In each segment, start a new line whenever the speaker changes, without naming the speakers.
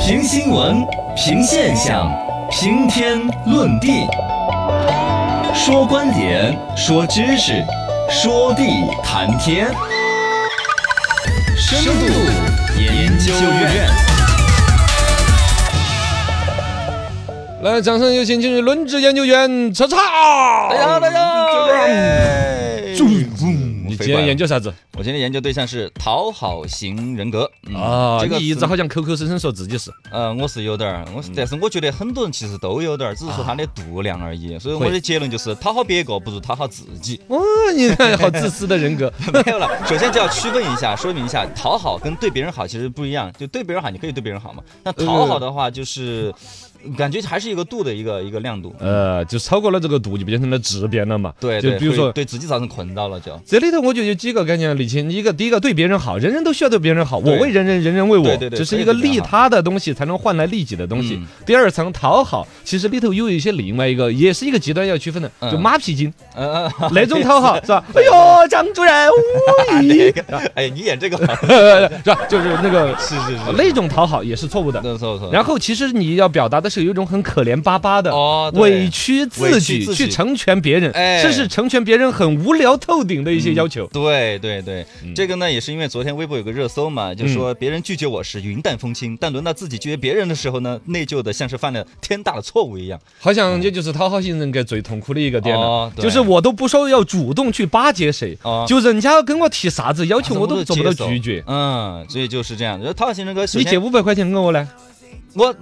评新闻，评现象，评天论地，说观点，说知识，说地谈天，深度研究院。
来，掌声有请进入轮值研究员查查。
大家好，大家好。嗯
你今
啊
天研究啥子
我今天研究对象是讨好型人格嗯
啊？
这个
你一直
词
好像口口声声说自己是，
呃，我是有点儿，我是，但是我觉得很多人其实都有点儿，只是说他的度量而已。所以我
会
的结论就是，讨好别个不如讨好自己。
哇，你看好自私的人格。
没有了，首先就要区分一下，说明一下，讨好跟对别人好其实不一样。就对别人好，你可以对别人好嘛。那讨好的话，就是感觉还是一个度的一个一个亮度。
呃，就超过了这个度，就变成了质变了嘛。
对，
就
对
比如
会
说。
对自己造成困扰了，就
这里头我就有几个概念要理清，一个第一个对别人好，人人都需要对别人好，我为人人，人人为我
对，对对
这是一个利他的东西才能换来利己的东西
啊嗯。
第二层讨好，其实里头又有一些另外一个，也是一个极端要区分的，
嗯
就马 屁精
呃，
那种讨好是吧？哎呦，张主任， 我
那个，哎，你演这个好，
是吧？就是那个
是嗯是是，
哦那种讨好也是错误的。
那时候说
然后其实你要表达的是有一种很可怜巴巴的。
哦，对
委屈自
委屈
己
自
去
己
成全别人，
哎嗯
这是成全别人很无聊透顶的一些要求。嗯
对对对，这个呢也是因为昨天微博有个热搜嘛，就说别人拒绝我时云淡风轻，但轮到自己拒绝别人的时候呢，内疚的像是犯了天大的错误一样。
好像这就是讨好型人格最痛苦的一个点了
哦，对
就是我都不说要主动去巴结谁
哦，啊
就人家跟我提啥子要求，我都
怎
做
么
不
都
到
接受
拒绝。
嗯，所以就是这样。然后讨好型人格，首
你
先
借五百块钱给我呢？
我，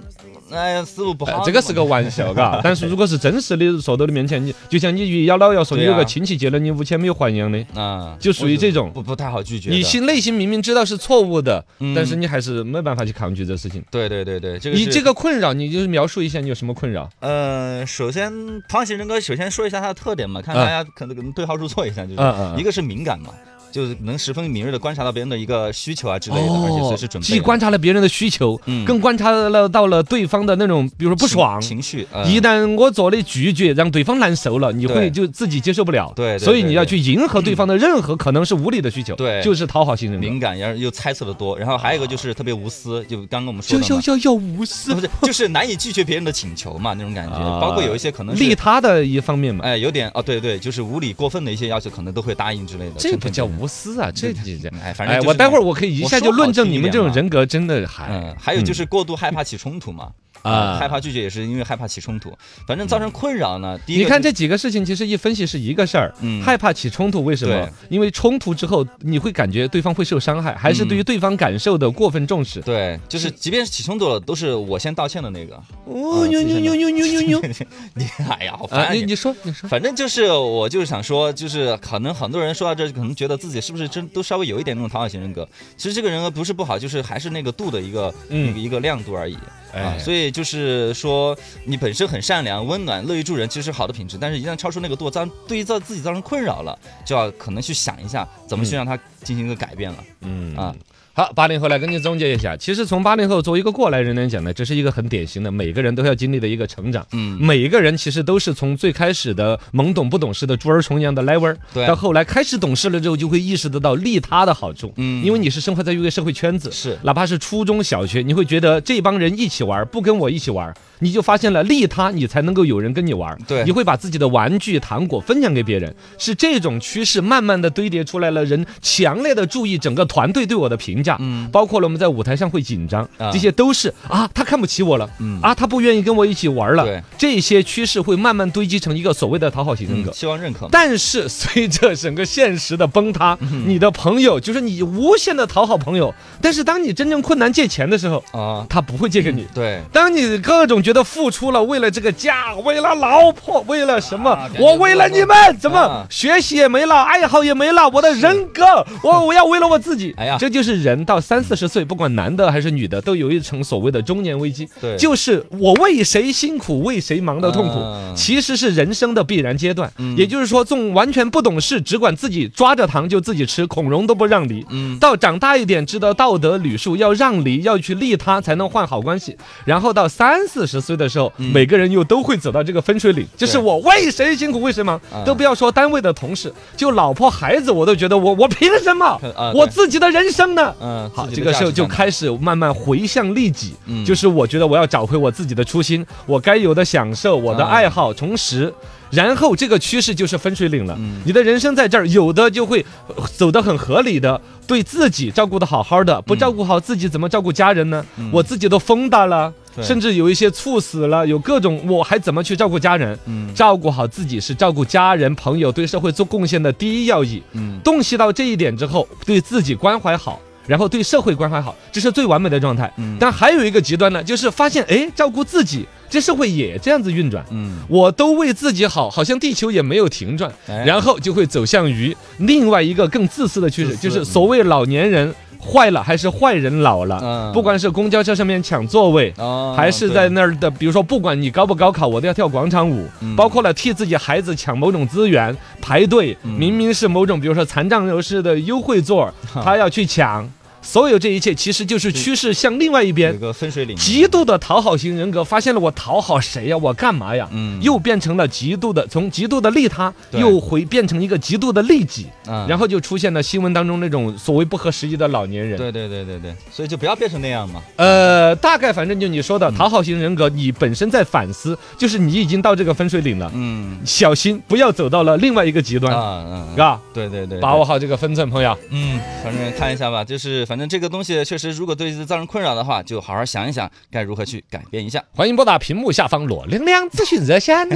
哎呀，思路不
呃
好。
这个是个玩 笑，嘎。但是如果是真实的说到你面前，你就像你与幺老幺说你
对
有个
啊
亲戚借了你五千没有还一样的，
啊，
就属于这种
我不不太好拒绝的。
你心内心明明知道是错误的，
嗯
但是你还是没办法去抗拒这事情。
对对对对，这个
你
是
这个困扰，你就是描述一下你有什么困扰
呃，首先讨好型人格，首先说一下它的特点嘛，看
嗯
大家可能可能对号入座一下，就是、
嗯嗯嗯
一个是敏感嘛，就是能十分敏锐的观察到别人的一个需求啊之
之
类的，而且随时准备
哦既
啊
观察了别人的需求，
嗯
更观察了到了对方的那种，比如说
情
不爽。
情绪，呃
一旦我做的拒绝让嗯对方难受了，你会
对
就自己接受不了。
对对
所以
对
你要
对
去迎合对方嗯的任何可能是无理的需求，
对
就是讨好型人格。
敏感，然后又猜测的多，然后还有一个就是特别无私，就刚刚我们说
就
的
要
嘛，
要要无私
不，是就是难以拒绝别人的请求嘛那种感觉，
啊
包括有一些可能是
利他的一方面嘛，
哎有点哦对对，就是无理过分的一些要求，可能都会答应之类的。
这
成
不
全
叫
别人
无私啊，这这这。
哎，反正
哎，
就是
我
那
待会儿
种
我可以一
我
下
说
就
好
论证
第一
你们
点
这种
嘛
人格真的还
嗯，还有就是过度害怕起冲突嘛，
啊
害怕拒绝也是因为害怕起冲突，反正造成困扰呢。第一
嗯你
个
看
就
这几个事情，其实一分析是一个事儿。
嗯
害怕起冲突，为什么
对？
因为冲突之后，你会感觉对方会受伤害，还是对
嗯
于对方感受的过分重视。
对，就是即便是起冲突了，都是我先道歉的那个。
哦呦呦呦呦呦呦呦！
你哎呀，好烦
啊，
啊
你
你
你说你说，
反正就是，我就是想说，就是可能很多人说到这儿，可能觉得自己是不是真都稍微有一点那种讨好型人格。其实这个人格不是不好，就是还是那个度的一个、
嗯
一个一个亮度而已。啊
哎，
所以就是说，你本身很善良、温暖、乐于助人，其实是好的品质。但是，一旦超出那个度，造对于造自己造成困扰了，就要可能去想一下，怎么去让它进行一个改变了。
嗯
啊。
好，八零后来跟你总结一下，其实从八零后作为一个过来人来讲呢，这是一个很典型的每个人都要经历的一个成长。
嗯，
每一个人其实都是从最开始的懵懂不懂事的猪儿虫一样的奶味儿，
对
到后来开始懂事了之后，就会意识得到利他的好处。
嗯
因为你是生活在一个社会圈子，
是
哪怕是初中小学，你会觉得这帮人一起玩儿，不跟我一起玩儿，你就发现了利他，你才能够有人跟你玩儿。
对
你会把自己的玩具、糖果分享给别人，是这种趋势慢慢的堆叠出来了。人强烈的注意整个团队对我的评价，
嗯
包括了我们在舞台上会紧张，
啊
这些都是啊，他看不起我了，
嗯
啊，他不愿意跟我一起玩了。
对，
这些趋势会慢慢堆积成一个所谓的讨好型人格。
嗯希望认可嘛。
但是随着整个现实的崩塌，你的朋友就是你无限的讨好朋友，但是当你真正困难借钱的时候，
啊，
他不会借给你。
对，
当你各种觉得付出了，为了这个家，为了老婆，为了什么，
啊感觉
我为了你们，怎么、
啊
学习也没了，爱好也没了，我的人格，我我要为了我自己。哎
哎
呀
呀，
这就是人到三四十岁，不管男的还是女的，都有一层所谓的中年危机。
对
就是我为谁辛苦，为谁忙的痛苦，
啊
其实是人生的必然阶段。
嗯
也就是说，从完全不懂事，只管自己抓着糖就自己吃，孔融都不让梨。
嗯，
到长大一点，知道道德礼数，要让梨，要去利他，才能换好关系。然后到三四十十岁的时候，
嗯
每个人又都会走到这个分水岭，就是
对
我为谁辛苦为谁忙
啊，
都不要说单位的同事，就老婆孩子，我都觉得我我凭什么
啊？对
我自己的人生呢？
嗯，
好，
自
这
己的
个
价
时候
值
就
观
开始慢慢回向利己，
嗯
就是我觉得我要找回我自己的初心，我该有的享受，我的
啊
爱好重拾。然后这个趋势就是分水岭了，
嗯
你的人生在这儿，有的就会呃走得很合理的，对自己照顾得好好的，不
嗯
照顾好自己怎么照顾家人呢？我自己都疯大了，
对
甚至有一些猝死了，有各种，我还怎么去照顾家人？
嗯
照顾好自己是照顾家人、朋友、对社会做贡献的第一要义。
嗯
洞悉到这一点之后，对自己关怀好，然后对社会关怀好，这是最完美的状态。
嗯
但还有一个极端呢，就是发现哎，照顾自己，这社会也这样子运转。
嗯，
我都为自己好，好像地球也没有停转，
哎
然后就会走向于另外一个更自私的趋势，
自私嗯
就是所谓老年人坏了还是坏人老了，
嗯
不管是公交车上面抢座位，
哦
还是
对
在那儿的，比如说不管你高不高考，我都要跳广场舞，
嗯
包括了替自己孩子抢某种资源排队，明明是某种比如说残障人士的优惠座，他要去抢，所有这一切其实就是趋势向另外一
有一
边。
个分水岭，
极度的讨好型人格，发现了我讨好谁呀、我干嘛呀？
嗯
又变成了极度的，从极度的利他，
对
又回变成一个极度的利己，
嗯
然后就出现了新闻当中那种所谓不合时宜的老年人。
对对对对对，所以就不要变成那样嘛，
呃，大概反正就你说的讨好型人格，你本身在反思，就是你已经到这个分水岭了，
嗯
小心不要走到了另外一个极端，啊，
啊嗯，对对对，
把握好这个分寸，朋友。啊
嗯，反正看一下吧，就是反正这个东西确实，如果对自己造成困扰的话，就好好想一想该如何去改变一下。
欢迎拨打屏幕下方裸亮亮咨询热线，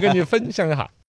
跟你分享一下。